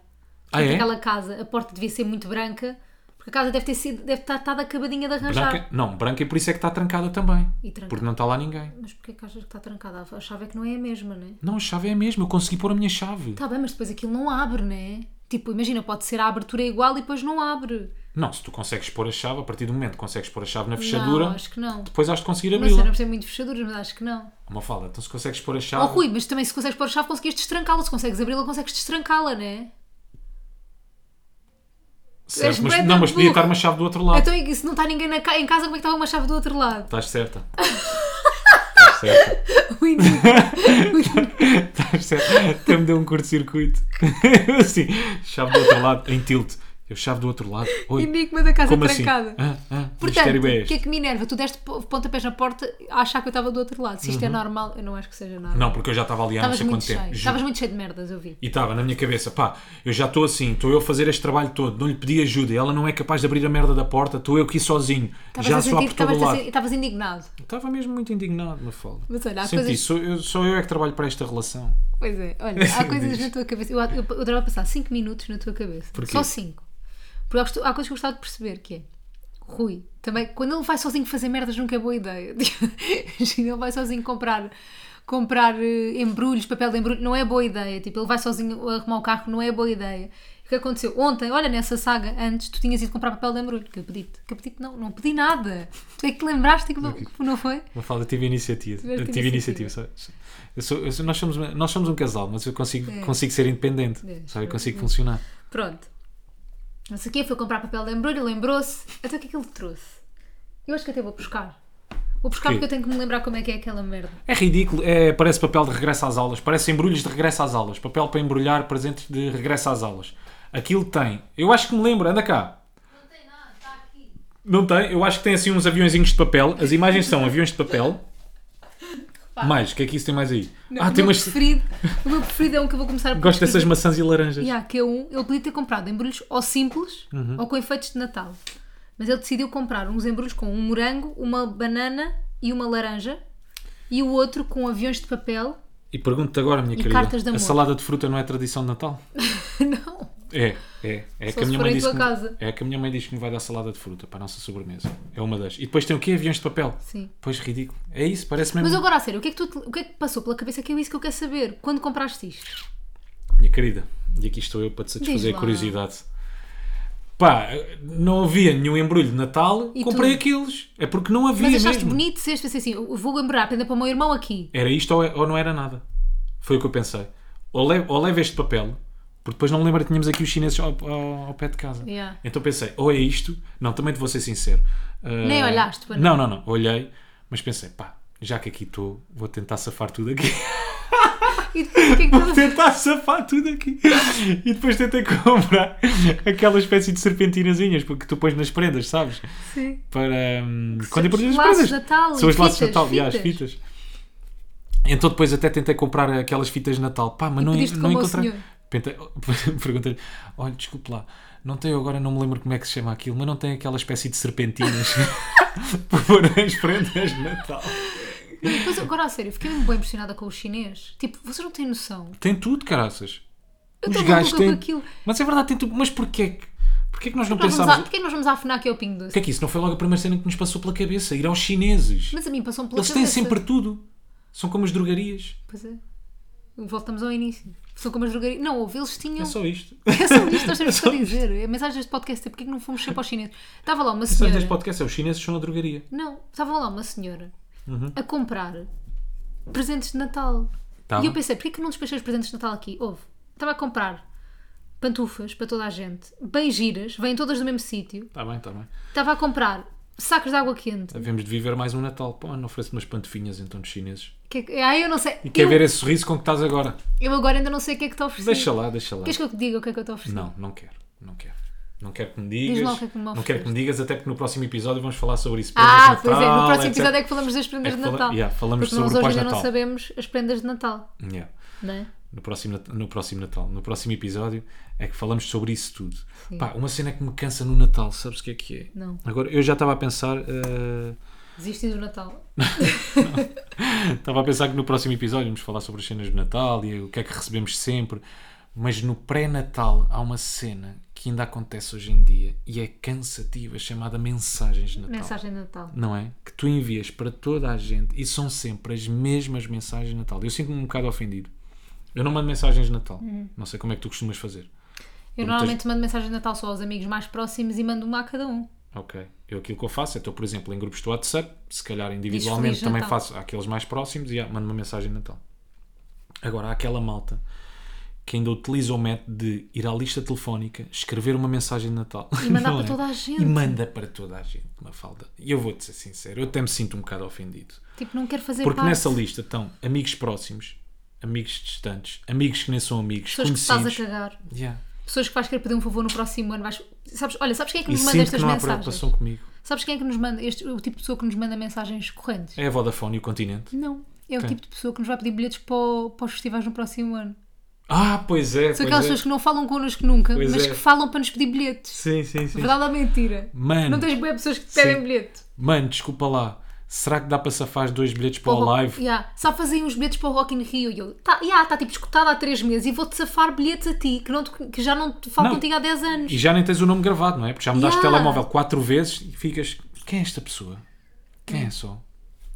Ah, é? Aquela casa, a porta devia ser muito branca, porque A casa deve ter sido, deve estar, estar acabadinha de arranjar. Branca, não, branca e por isso é que está trancada também. E trancada. Porque não está lá ninguém. Mas porquê que achas que está trancada? A chave é que não é a mesma, né? Não, a chave é a mesma, eu consegui pôr a minha chave. Tá bem, mas depois aquilo não abre, né? Tipo, imagina, pode ser a abertura é igual e depois não abre. Não, se tu consegues pôr a chave, a partir do momento que consegues pôr a chave na fechadura, Não, acho que não. depois has de conseguir Mas eu não abri-la. percebo muito de fechaduras, mas acho que não. Uma fala, então se consegues pôr a Ó chave. Oh, Rui, mas também se consegues pôr a chave, conseguias destrancá-la. Se consegues abri-la, consegues destrancá-la, né? certo, és mas, bué não, mas podia burro. estar uma chave do outro lado. Então, e se não está ninguém na ca- em casa, como é que estava uma chave do outro lado? Estás certa. Estás certa. O indivíduo- Estás certa. Até me deu um curto-circuito. assim, chave do outro lado, em tilt. Eu chave do outro lado. o Oi, enigma da casa como assim? trancada. Ah, ah, que Portanto, mistério é o que este? é que me enerva? Tu deste po- pontapés na porta a achar que eu estava do outro lado. Se isto é normal, eu não acho que seja normal. Não, porque eu já estava ali há não Estavas sei muito quanto cheio. tempo. juro. Estavas muito cheio de merdas, eu vi. E estava na minha cabeça, pá, eu já estou assim, estou eu a fazer este trabalho todo, não lhe pedi ajuda, ela não é capaz de abrir a merda da porta, estou eu aqui sozinho, Estavas já a só há por sentir todo estavas o a lado. sen- estavas indignado. Estava mesmo muito indignado, me fala. Mas olha, há Senti, coisas- só, eu, só eu é que trabalho para esta relação. Pois é, olha, há coisas Diz. na tua cabeça. Eu, eu, eu adorava passar 5 minutos na tua cabeça. Porquê? Só 5. Porque há, costu- há coisas que eu gostava de perceber, que é. Rui, também, quando ele vai sozinho fazer merdas, nunca é boa ideia. Imagina, ele vai sozinho comprar, comprar eh, embrulhos, papel de embrulho, não é boa ideia. Tipo, ele vai sozinho arrumar o carro, não é boa ideia. O que aconteceu? Ontem, olha, nessa saga, antes, tu tinhas ido comprar papel de embrulho, que eu pedi-te. Que eu pedi-te, não, não pedi nada. Tu é que te lembraste que não, que não foi? Me fala, eu tive iniciativa. Tiveste Eu tive iniciativa. iniciativa, sabe? Eu sou- eu sou- nós, somos, nós somos um casal, mas eu consigo, consigo ser independente, É, sabe? Eu consigo é. funcionar. Pronto. Não sei o quê, foi comprar papel de embrulho, lembrou-se. Até o que é que ele trouxe? Eu acho que até vou buscar. Vou buscar Quê? porque eu tenho que me lembrar como é que é aquela merda. É ridículo, é, parece papel de regresso às aulas, parece embrulhos de regresso às aulas, papel para embrulhar presentes de regresso às aulas. Aquilo tem, eu acho que me lembro, anda cá. Não tem, eu acho que tem assim uns aviõezinhos de papel, as imagens são aviões de papel. Mais, o que é que isso tem mais aí? Não, ah, o, tem meu umas. preferido, o meu preferido é um que eu vou começar a Gosto pôr dessas aqui. maçãs e laranjas. Yeah, que é um, ele podia ter comprado embrulhos ou simples ou com efeitos de Natal. Mas ele decidiu comprar uns embrulhos com um morango, uma banana e uma laranja e o outro com aviões de papel. E pergunto-te agora, minha cartas de querida, amor. a salada de fruta não é tradição de Natal? não. É, é. É Só que, a se minha for mãe em disse tua que casa. é que a minha mãe diz que me vai dar salada de fruta para a nossa sobremesa. É uma das. E depois tem o quê? Aviões de papel? Sim. Pois ridículo. É isso, parece mesmo. Mas agora a sério, o que é que, tu, te- o que é que passou pela cabeça que é isso que eu quero saber? Quando compraste isto? Minha querida, e aqui estou eu para te satisfazer lá. a curiosidade. Pá, não havia nenhum embrulho de Natal, E comprei tu? aqueles. É porque não havia Mas achaste mesmo. bonito se este fosse assim, eu vou lembrar, prenda para o meu irmão aqui. Era isto ou, é- ou não era nada. Foi o que eu pensei. Ou levo, ou levo este papel, porque depois não me lembro que tínhamos aqui os chineses ao, ao- ao pé de casa. Yeah. Então pensei, ou é isto. Não, também te vou ser sincero. Ah, Nem olhaste, pois Não, não, não. Olhei, mas pensei, pá, já que aqui estou, vou tentar safar tudo aqui. E depois o que é que Vou estava- tentar safar tudo aqui. E depois tentei comprar aquela espécie de serpentinazinhas porque tu pões nas prendas, sabes? Sim. Para. hum, são quando os embrulhas as laços prendas. de Natal são e os laços de fitas, Natal, e as fitas. fitas. Então depois até tentei comprar aquelas fitas de Natal. Pá, mas não, pediste não como ao encontrei. senhor. Pentei- Perguntei-lhe: olha, desculpe lá, não tenho agora, não me lembro como é que se chama aquilo, mas não tem aquela espécie de serpentinas para pôr nas prendas de Natal. Mas agora a sério, fiquei mesmo bem impressionada com o chinês. Tipo, vocês não têm noção. Tem tudo, caraças. Eu Os estou gajos maluca com têm. aquilo. Mas é verdade, tem tudo. Mas porquê que. Porquê que nós não Nós vamos pensámos. à- Porquê é que nós vamos à FNAC e ao Pingo Doce? Porquê que é isso não foi logo a primeira cena que nos passou pela cabeça? Ir aos chineses. Mas a mim um passou-me pela Eles têm cabeça. sempre tudo. São como as drogarias. Pois é. Voltamos ao início. São como as drogarias. Não, houve, eles tinham. É só isto. É só isto que nós temos que só dizer. A mensagem deste podcast é porque é que não fomos sempre ao chinês. Estava lá uma Sabes senhora. deste podcast? É os chineses são a drogaria. Não, estava lá uma senhora Uhum. a comprar presentes de Natal. Tava. E eu pensei, porquê que eu não despachei os presentes de Natal aqui? Houve. Estava a comprar pantufas para toda a gente, bem giras, vêm todas do mesmo sítio. Está Tá bem, está bem. Estava a comprar sacos de água quente. Devemos de viver mais um Natal. Pô, não oferece umas pantofinhas então dos chineses. Que, que- ah, eu não sei. E quer eu, ver esse sorriso com que estás agora? eu agora ainda não sei o que é que estou a oferecer. Deixa lá, deixa lá. Queres que eu te diga o que é que eu estou a oferecer? Não, não quero. Não quero. Não quero que me Diz digas. lá o que é que me não quero que me digas, até porque no próximo episódio vamos falar sobre isso. Prendas Ah, de pois é, no Natal, próximo etc. episódio é que falamos das prendas É que de fala- Natal. yeah, falamos Porque sobre nós hoje ainda pós-Natal. não sabemos as prendas de Natal, Yeah. não é? no próximo, Nat- no próximo Natal, no próximo episódio, é que falamos sobre isso tudo. Pá, uma cena que me cansa no Natal, sabes o que é que é? Não. Agora, eu já estava a pensar. eh, Desisti do Natal. Estava a pensar que no próximo episódio íamos falar sobre as cenas de Natal e o que é que recebemos sempre. Mas no pré-Natal há uma cena que ainda acontece hoje em dia e é cansativa, chamada mensagens de Natal. Mensagem de Natal. Não é? Que tu envias para toda a gente e são sempre as mesmas mensagens de Natal. Eu sinto-me um bocado ofendido. Eu não mando mensagens de Natal. Não sei como é que tu costumas fazer. Eu Muitas- normalmente mando mensagem de Natal só aos amigos mais próximos e mando uma a cada um. Ok. Eu aquilo que eu faço é estou, por exemplo, em grupos do WhatsApp, se calhar individualmente Feliz também Natal. faço àqueles mais próximos e ah, mando uma mensagem de Natal. Agora, há aquela malta que ainda utiliza o método de ir à lista telefónica, escrever uma mensagem de Natal E mandar não é? para toda a gente. E manda para toda a gente, uma falda. E eu vou-te ser sincero, eu até me sinto um bocado ofendido. Tipo, não quero fazer Porque parte. nessa lista estão amigos próximos, amigos distantes, amigos que nem são amigos, Pessoas que estás a conhecidos. cagar. Yeah. Pessoas que vais querer pedir um favor no próximo ano. Vais... Sabes, olha, sabes quem é que E nos manda sinto que estas não há mensagens? preocupação comigo. Sabes quem é que nos manda? Este, o tipo de pessoa que nos manda mensagens correntes? É a Vodafone e o Continente. Não. É o Quem? tipo de pessoa que nos vai pedir bilhetes para, o- para os festivais no próximo ano. Ah, pois é, São pois aquelas é. pessoas que não falam connosco nunca, Pois mas é. que falam para nos pedir bilhetes. Sim, sim, sim. Verdade ou mentira? Mano. Não tens boas pessoas que te pedem Sim. bilhete. Mano, desculpa lá. Será que dá para safar dois bilhetes para o Rock- live? Yeah. Só fazem uns bilhetes para o Rock in Rio. E eu, tá, yeah, tá tipo escutado há 3 meses e vou-te safar bilhetes a ti, que, não te- que já não te falo Não. contigo há 10 anos. E já nem tens o nome gravado, não é? Porque já mudaste o Yeah. telemóvel quatro vezes e ficas. Quem é esta pessoa? Quem é só?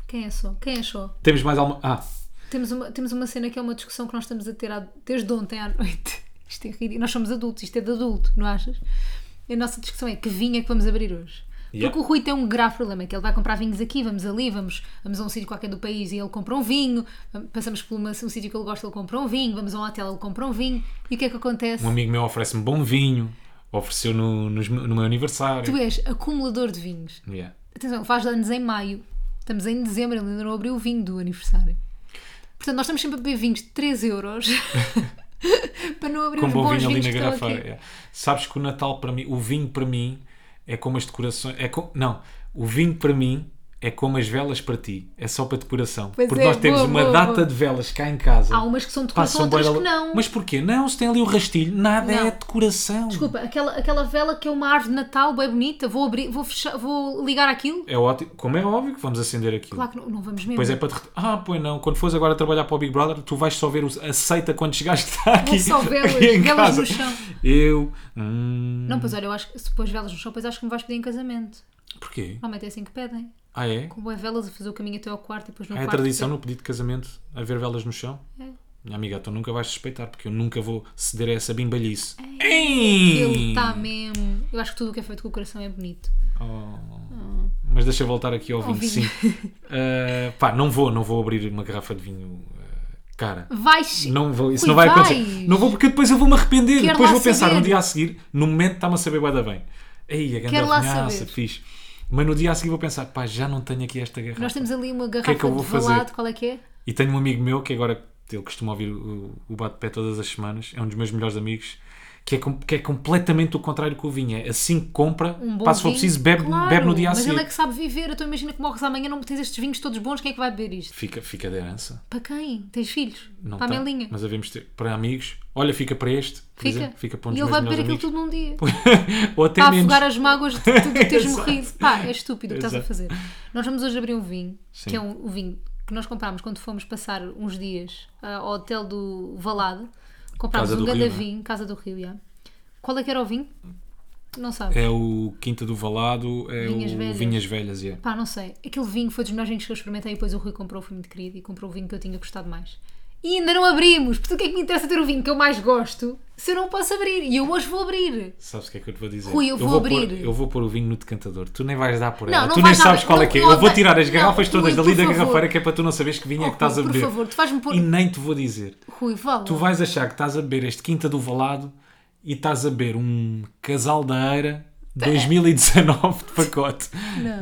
Quem é só? Quem é só? Temos mais alguma. Ah, Temos uma, temos uma cena que é uma discussão que nós estamos a ter há- desde ontem à noite. Isto é ridículo. Nós somos adultos, isto é de adulto, não achas? A nossa discussão é que vinho é que vamos abrir hoje. Yeah. Porque o Rui tem um grave problema, que ele vai comprar vinhos aqui, vamos ali, vamos, vamos a um sítio qualquer do país e ele compra um vinho, passamos por uma- um sítio que ele gosta, ele compra um vinho, vamos a um hotel, ele compra um vinho, e o que é que acontece? um amigo meu oferece-me bom vinho, ofereceu no, nos- no meu aniversário. Tu és acumulador de vinhos. Yeah. Atenção, ele faz anos em maio. Estamos em dezembro, ele ainda não abriu o vinho do aniversário. Portanto, nós estamos sempre a beber vinhos de 3 euros para não abrir Com os bom bons vinho ali vinhos na que estão garrafa. é. aqui. yeah. Sabes que o Natal para mim, o vinho para mim é como as decorações. É co- Não, o vinho para mim é como as velas para ti. É só para decoração. Pois Porque é, nós temos boa, uma boa, data boa. de velas cá em casa. Há umas que são de decoração, Passam bué outras um da que luz. não. Mas porquê? Não, se tem ali o rastilho, nada Não. é decoração. Desculpa, aquela, aquela vela que é uma árvore de Natal bem bonita, vou abrir, vou fechar, vou ligar aquilo? É ótimo. Como é óbvio que vamos acender aquilo. Claro que não, não vamos mesmo. Pois é para derreter. Ah, pois não. Quando fores agora trabalhar para o Big Brother, tu vais só ver os... a seita quando chegares que está aqui. só velas, aqui em velas casa. no chão. Eu. Hum... Não, pois olha, eu acho que se pôs velas no chão, pois acho que me vais pedir em casamento. Porquê? Normalmente é assim que pedem. Ah, é? Com boas velas a fazer o caminho até ao quarto e depois no Ah, é quarto. tradição no pedido de casamento haver velas no chão? É. Minha amiga, tu nunca vais suspeitar, porque eu nunca vou ceder a essa bimbalhice. Ele Ei! está mesmo. Eu acho que tudo o que é feito com o coração é bonito. Oh. Mas deixa eu voltar aqui ao vinho, vinho. sim. Ah, pá, não vou, não vou abrir uma garrafa de vinho ah, cara. Vais. Não vou, isso Ui, não vai vais. acontecer. Não vou porque depois eu vou me arrepender. Quero depois lá vou pensar saber. no dia a seguir, no momento está-me a saber bué da bem. Aí, a grande Quero lá arruinhaça, saber. fixe. Mas no dia a seguir vou pensar, pá, já não tenho aqui esta garrafa. Nós temos ali uma garrafa que é que eu vou de fazer? valado, qual é que é? E tenho um amigo meu que agora ele costuma ouvir o, o bate-pé todas as semanas, é um dos meus melhores amigos, que é, com- que é completamente o contrário que o vinho. É assim que compra, Um bom pá, se for vinho? preciso, bebe, Claro, bebe no dia a Mas seguir. ele é que sabe viver. Então imagina que morres amanhã, não tens estes vinhos todos bons, quem é que vai beber isto? Fica, fica de herança. Para quem? Tens filhos? Não para tem, a Melinha? Mas havemos ter para amigos. Olha, fica para este. por Fica. exemplo, fica para um e dos ele meus vai beber melhores aquilo amigos. tudo num dia. Ou até Está a menos. afogar as mágoas de, de, de teres Exato. morrido. Pá, é estúpido o que estás a Exato. fazer. Nós vamos hoje abrir um vinho, Sim. que é um, um vinho que nós comprámos quando fomos passar uns dias ah, ao hotel do Valado. Comprámos Casa um do grande Rio, não é? vinho, Casa do Rio, já. Qual é que era o vinho? Não sabes. É o Quinta do Valado, é Vinhas o Velhas. Vinhas Velhas. Yeah. Pá, não sei. Aquele vinho foi dos melhores vinhos que eu experimentei e depois o Rui comprou, foi muito querido e comprou o vinho que eu tinha gostado mais. E ainda não abrimos! Portanto, o que é que me interessa ter o vinho que eu mais gosto se eu não posso abrir? E eu hoje vou abrir! Sabes o que é que eu te vou dizer? Rui, eu vou pôr- abrir. eu vou pôr o vinho no decantador. Tu nem vais dar por Não, ela. não tu nem vais dar- sabes qual é não- que é. não eu vou vai- tirar as não, garrafas Rui, todas por dali da favor. garrafeira que é para tu não saberes que vinho é Oh, que estás Rui, a por beber. favor, tu vais-me pôr. E nem te vou dizer. Rui, vá lá. Tu vais achar que estás a beber este Quinta do Valado e estás a beber um Casal da Eira É. 2019 de pacote.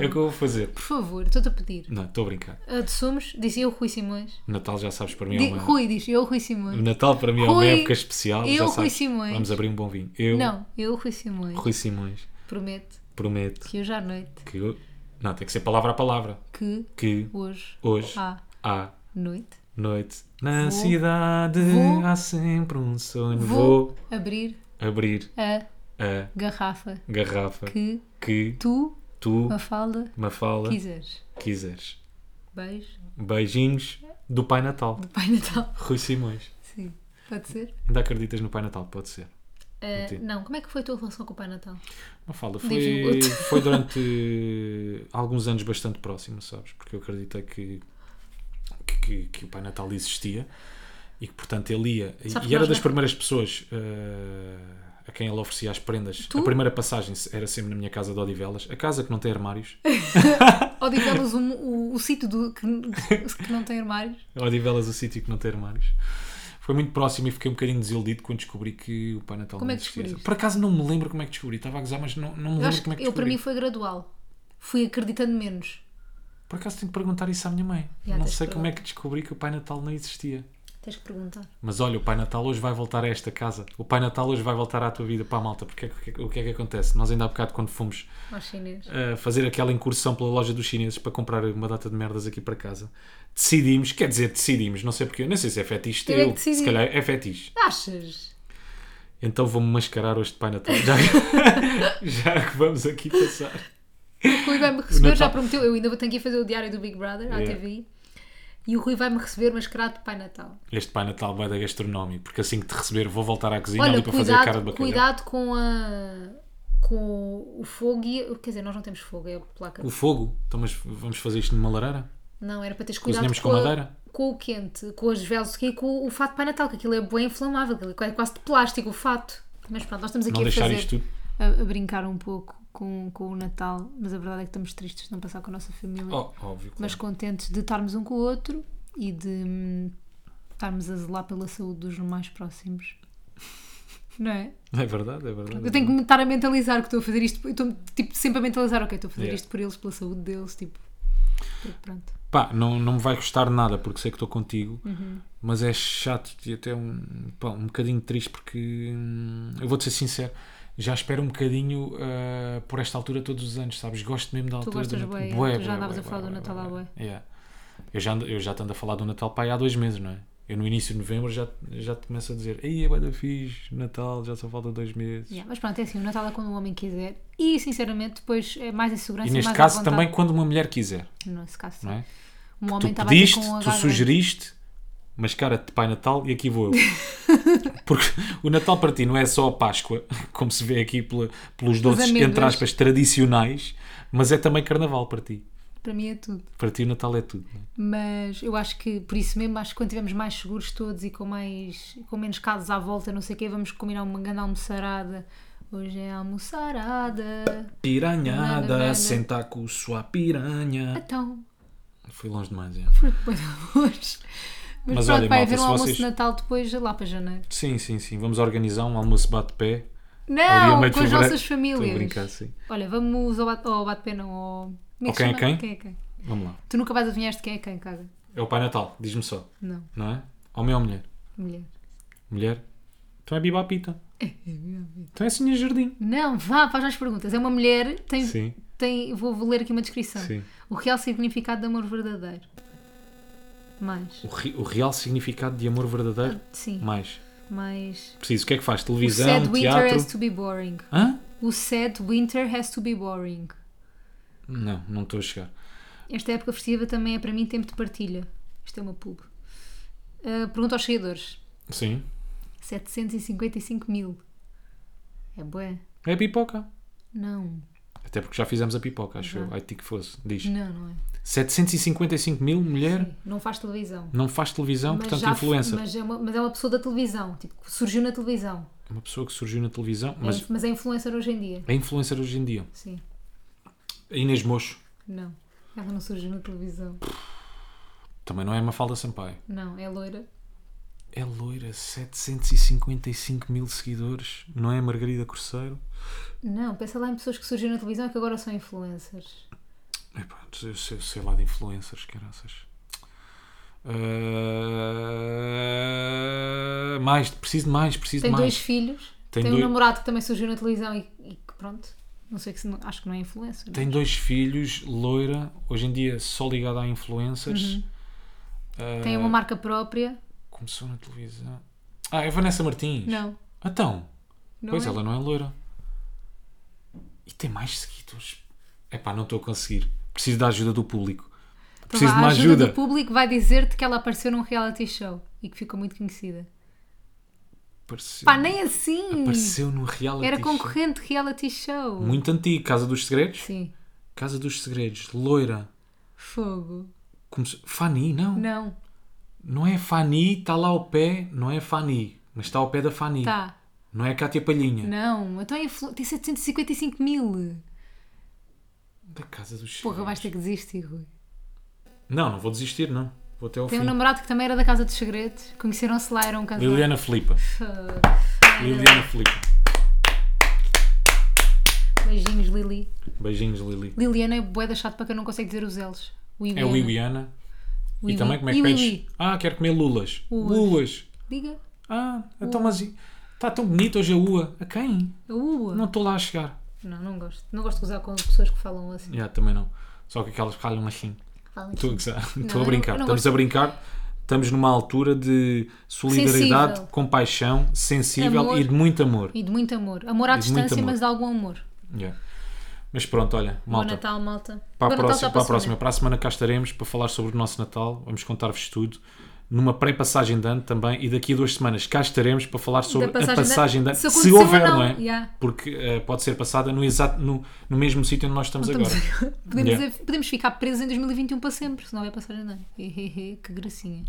É o que eu vou fazer. Por favor, estou-te a pedir. Não, estou a brincar. A de Sumos, disse eu, Rui Simões. O Natal já sabes para mim Di- é uma... Rui diz, eu, Rui O Simões. Natal para mim é uma Rui, época especial. eu, já Rui sabes. Simões. Vamos abrir um bom vinho. Eu, Não, eu, Rui Simões. Rui Simões, Prometo prometo que hoje à noite, que... eu- Não, tem que ser palavra a palavra. que Que hoje hoje à à noite, noite na Ah. Vou- cidade vou- há sempre um sonho. vou Vou abrir abrir a a garrafa garrafa que que tu, tu, Mafalda, Mafalda, quiseres. quiseres. Beijo. Beijinhos do Pai Natal. Pai Natal. Rui Simões. Sim. Pode ser? Ainda acreditas no Pai Natal? Pode ser. Ah, Entendi. não, como é que foi a tua relação com o Pai Natal? Mafalda, Diz-me foi, outro. foi durante alguns anos bastante próximo, sabes? Porque eu acreditei que, que, que o Pai Natal existia e que, portanto, ele ia. E- Sabes que e era nós das não- primeiras pessoas eh, a quem ele oferecia as prendas. Tu? A primeira passagem era sempre na minha casa de Odivelas, a casa que não tem armários. Odivelas, o, o, o sítio do, que, que não tem armários. Odivelas, o sítio que não tem armários. Foi muito próximo e fiquei um bocadinho desiludido quando descobri que o Pai Natal Como não é que existia. descobriste? Por acaso não me lembro como é que descobri, estava a gozar, mas não, não me Eu lembro acho que como é que eu, para descobri. mim foi gradual. Fui acreditando menos. Por acaso tenho que perguntar isso à minha mãe. Já, não tens sei que como é que descobri que o Pai Natal não existia. Tens que perguntar. Mas olha, o Pai Natal hoje vai voltar a esta casa. O Pai Natal hoje vai voltar à tua vida para a malta. Porque é que- o que é que- o que é que acontece? Nós ainda há bocado quando fomos Aos chinês. a fazer aquela incursão pela loja dos chineses para comprar uma data de merdas aqui para casa. Decidimos, quer dizer, decidimos, não sei porque, não sei se é fetiche Eu é que teu, decidi. se calhar é fetiche. Achas? Então vou-me mascarar hoje de Pai Natal, já, já que vamos aqui passar. O Rui vai-me receber, Natal- já prometeu. Eu ainda vou ter que ir fazer o diário do Big Brother à Yeah. TV. E o Rui vai-me receber mascarado de Pai Natal. Este Pai Natal vai da gastronómico, porque assim que te receber vou voltar à cozinha Olha, ali para fazer a cara de cuidado, bacalhau. cuidado com a. com o fogo e. Quer dizer, nós não temos fogo, é a placa. O fogo, então mas vamos fazer isto numa lareira? Não, era para teres cuidado Cozinhamos com, com a- madeira? com o quente, com as velas e com o fato de Pai Natal, que aquilo é bem inflamável, aquilo é quase de plástico o fato. Mas pronto, nós estamos aqui Não a deixar é fazer. isto tudo. A, a brincar um pouco com, com o Natal, mas a verdade é que estamos tristes de não passar com a nossa família. Ó, Oh, óbvio. claro. mas contentes de estarmos um com o outro e de hum, estarmos a zelar pela saúde dos mais próximos. Não é? É verdade, é verdade. Eu tenho que me estar a mentalizar que estou a fazer isto. Eu estou tipo, sempre a mentalizar, ok, estou a fazer Yeah. isto por eles, pela saúde deles, tipo. porque Pronto. Pá, não, não me vai custar nada porque sei que estou contigo, Uhum. mas é chato e até um, pá, um bocadinho triste porque hum, eu vou-te ser sincero. Já espero um bocadinho ah, por esta altura todos os anos, sabes? Gosto mesmo da altura. gostas do Natal. bué, Bué, tu já bué, andavas bué, a falar bué, do bué, Natal há bué. Yeah. Eu já, ando- eu já te ando a falar do Natal pá, aí há dois meses, não é? Eu no início de novembro já, já te começo a dizer Ei, é bué da fixe, Natal, já só falta dois meses. Yeah, mas pronto, é assim, o Natal é quando o homem quiser e sinceramente depois é mais em segurança E neste mais à caso vontade. também quando uma mulher quiser, Nesse caso, sim. não é? Um Tu homem estava aqui pediste, com um tu H grande. sugeriste, mas cara de Pai Natal e aqui vou eu. Porque o Natal para ti não é só a Páscoa, como se vê aqui pela- pelos doces, amêndoas. entre aspas, tradicionais, mas é também Carnaval para ti. Para mim é tudo. Para ti o Natal é tudo. não é? mas eu acho que por isso mesmo acho que quando estivermos mais seguros todos e com mais com menos casos à volta não sei o quê vamos combinar uma grande almoçarada hoje é almoçarada Piranhada, Nada, nada. sentar com sua piranha. então Fui longe demais, é. por depois de hoje mas, Mas pronto olha, vai malta, haver um se almoço vocês- de Natal depois lá para janeiro Sim, sim, sim. Vamos organizar um almoço bate-pé. ali a não meio de É, com as fevereiro. nossas famílias Estou a brincar, sim. olha vamos ao bate, ao bate pé não ao... como Ao que quem é se chama? quem? quem é quem Vamos lá. tu nunca vais adivinhar de quem é quem cara É o Pai Natal, diz-me só, não não é? Homem ou mulher? mulher Mulher? Então é Biba à Pita. Então é Sinha Jardim. não vá faz mais perguntas é uma mulher tem Sim. tem vou, vou ler aqui uma descrição Sim. O real significado de amor verdadeiro. Mais. O, re- o real significado de amor verdadeiro? Sim. Mais. Mais. Preciso. O que é que faz? O sad Televisão, winter teatro? has to be boring. Hã? O sad winter has to be boring. Não, não estou a chegar. Esta época festiva também é para mim tempo de partilha. Isto é uma pub. Ah, pergunta aos seguidores. Sim. 755 mil. É bué? É a pipoca. Não. Até porque já fizemos a pipoca, acho eu. Ai, ti que fosse. Diz. Não, não é. 755 mil mulher Não faz televisão. não faz televisão, portanto já- influencer. Mas é, uma, mas é uma pessoa da televisão. Tipo, que surgiu na televisão. Uma pessoa que surgiu na televisão, É mas inf- mas é influencer hoje em dia. é influencer hoje em dia. Sim. A Inês Mocho. Não. Ela não surgiu na televisão. Também não é Mafalda Sampaio. Não, é loira. É loira, 755 mil seguidores. Não é Margarida Corseiro? Não, pensa lá em pessoas que surgiram na televisão e que agora são influencers. Epá, eu sei, sei lá de influencers, caraças. Ah, mais, preciso de mais, preciso Tem de mais. dois filhos, Tem tem, dois- um namorado que também surgiu na televisão e, e que pronto, não sei que se não- acho que não é influencer. não é? Tem dois filhos, loira, hoje em dia só ligada a influencers. Ah, Uhum. Tem uma marca própria. Começou na televisão. Ah, é Vanessa Martins. Não, Então, não pois é. ela não é loira. E tem mais seguidores. Epá, não estou a conseguir. Preciso da ajuda do público. Então Preciso de vá, uma a ajuda. do público vai dizer-te que ela apareceu num reality show e que ficou muito conhecida. Apareceu, Pá, nem assim. apareceu no reality Era show. concorrente reality show. Muito antigo. Casa dos Segredos? Sim. Casa dos Segredos. Loira. Fogo. Começou... Fanny, não. não. Não. é Fanny, está lá ao pé. Não é Fanny. Mas está ao pé da Fanny. Tá. Não é Cátia Palhinha. Não. Então é influ... tem 755 mil. Da Casa dos Segredos. Porra, vais ter que desistir, Rui. Não, não vou desistir, não. Vou até ao Tem um fim. namorado que também era da Casa dos Segredos. Conheceram-se lá, eram um casal. Liliana Filipa. Fogo. Liliana Filipa. Beijinhos, Lili. Beijinhos, Lili. Liliana é bué da chato para quem não consegue dizer os L's. O É o Iwiana. E Iwi. também como é que Iwi. peixe? Ah, quero comer lulas. Lulas. Lulas. Diga. Ah, então mas está tão bonito hoje a ua. A quem? A Ua. Não estou lá a chegar. É Não, não gosto. Não gosto de usar com pessoas que falam assim. Já, também não. Só que aquelas falham assim. Falam Estou a assim. gozar. eu Estou não- a brincar. eu não Estamos gosto. a brincar. Estamos numa altura de solidariedade, Sensível. compaixão, sensível Amor. e de muito amor. E de muito amor. Amor à E de muito distância, amor. mas de algum amor. Já. Mas pronto, olha, Bom malta. Natal, malta. Para a, Bom Natal próxima, para já a passou, próxima. né? Para a semana cá estaremos para falar sobre o nosso Natal. Vamos contar-vos tudo. Numa pré-passagem de ano também. E daqui a duas semanas cá estaremos para falar sobre passagem a de passagem de ano. ano. Se Se, aconteceu ou houver, não, não, é? yeah. Porque eh, pode ser passada no, exato, no, no mesmo sítio onde nós estamos, Estamos agora. agora. Podemos, Yeah. dizer- podemos ficar presos em 2021 para sempre, se não vai passar a nada. Hehehe, que gracinha.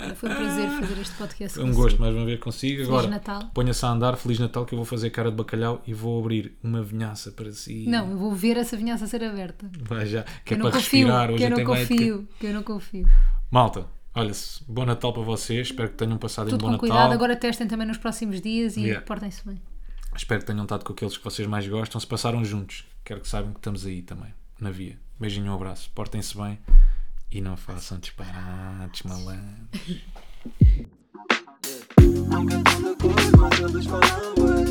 Olha, Foi um prazer fazer este podcast. É um consigo. gosto mais uma vez consigo. Agora, Natal. ponha-se a andar. Feliz Natal que eu vou fazer cara de bacalhau e vou abrir uma vinhaça para si. Não, eu vou ver essa vinhaça ser aberta. Vai já. Que Que é eu para não confio. respirar. Que Hoje eu não tem mais de que- Um confio. Que eu não confio. Malta, olha-se. Bom Natal para vocês. Espero que tenham passado um Tudo bom com Natal. cuidado. Agora testem também nos próximos dias e Yeah. portem-se bem. Espero que tenham estado com aqueles que vocês mais gostam. Se passaram juntos, quero que saibam que estamos aí também, na via. Beijinho, um abraço. Portem-se bem e não façam disparates, malandro. Nunca tão de cor, mas eles falam bem.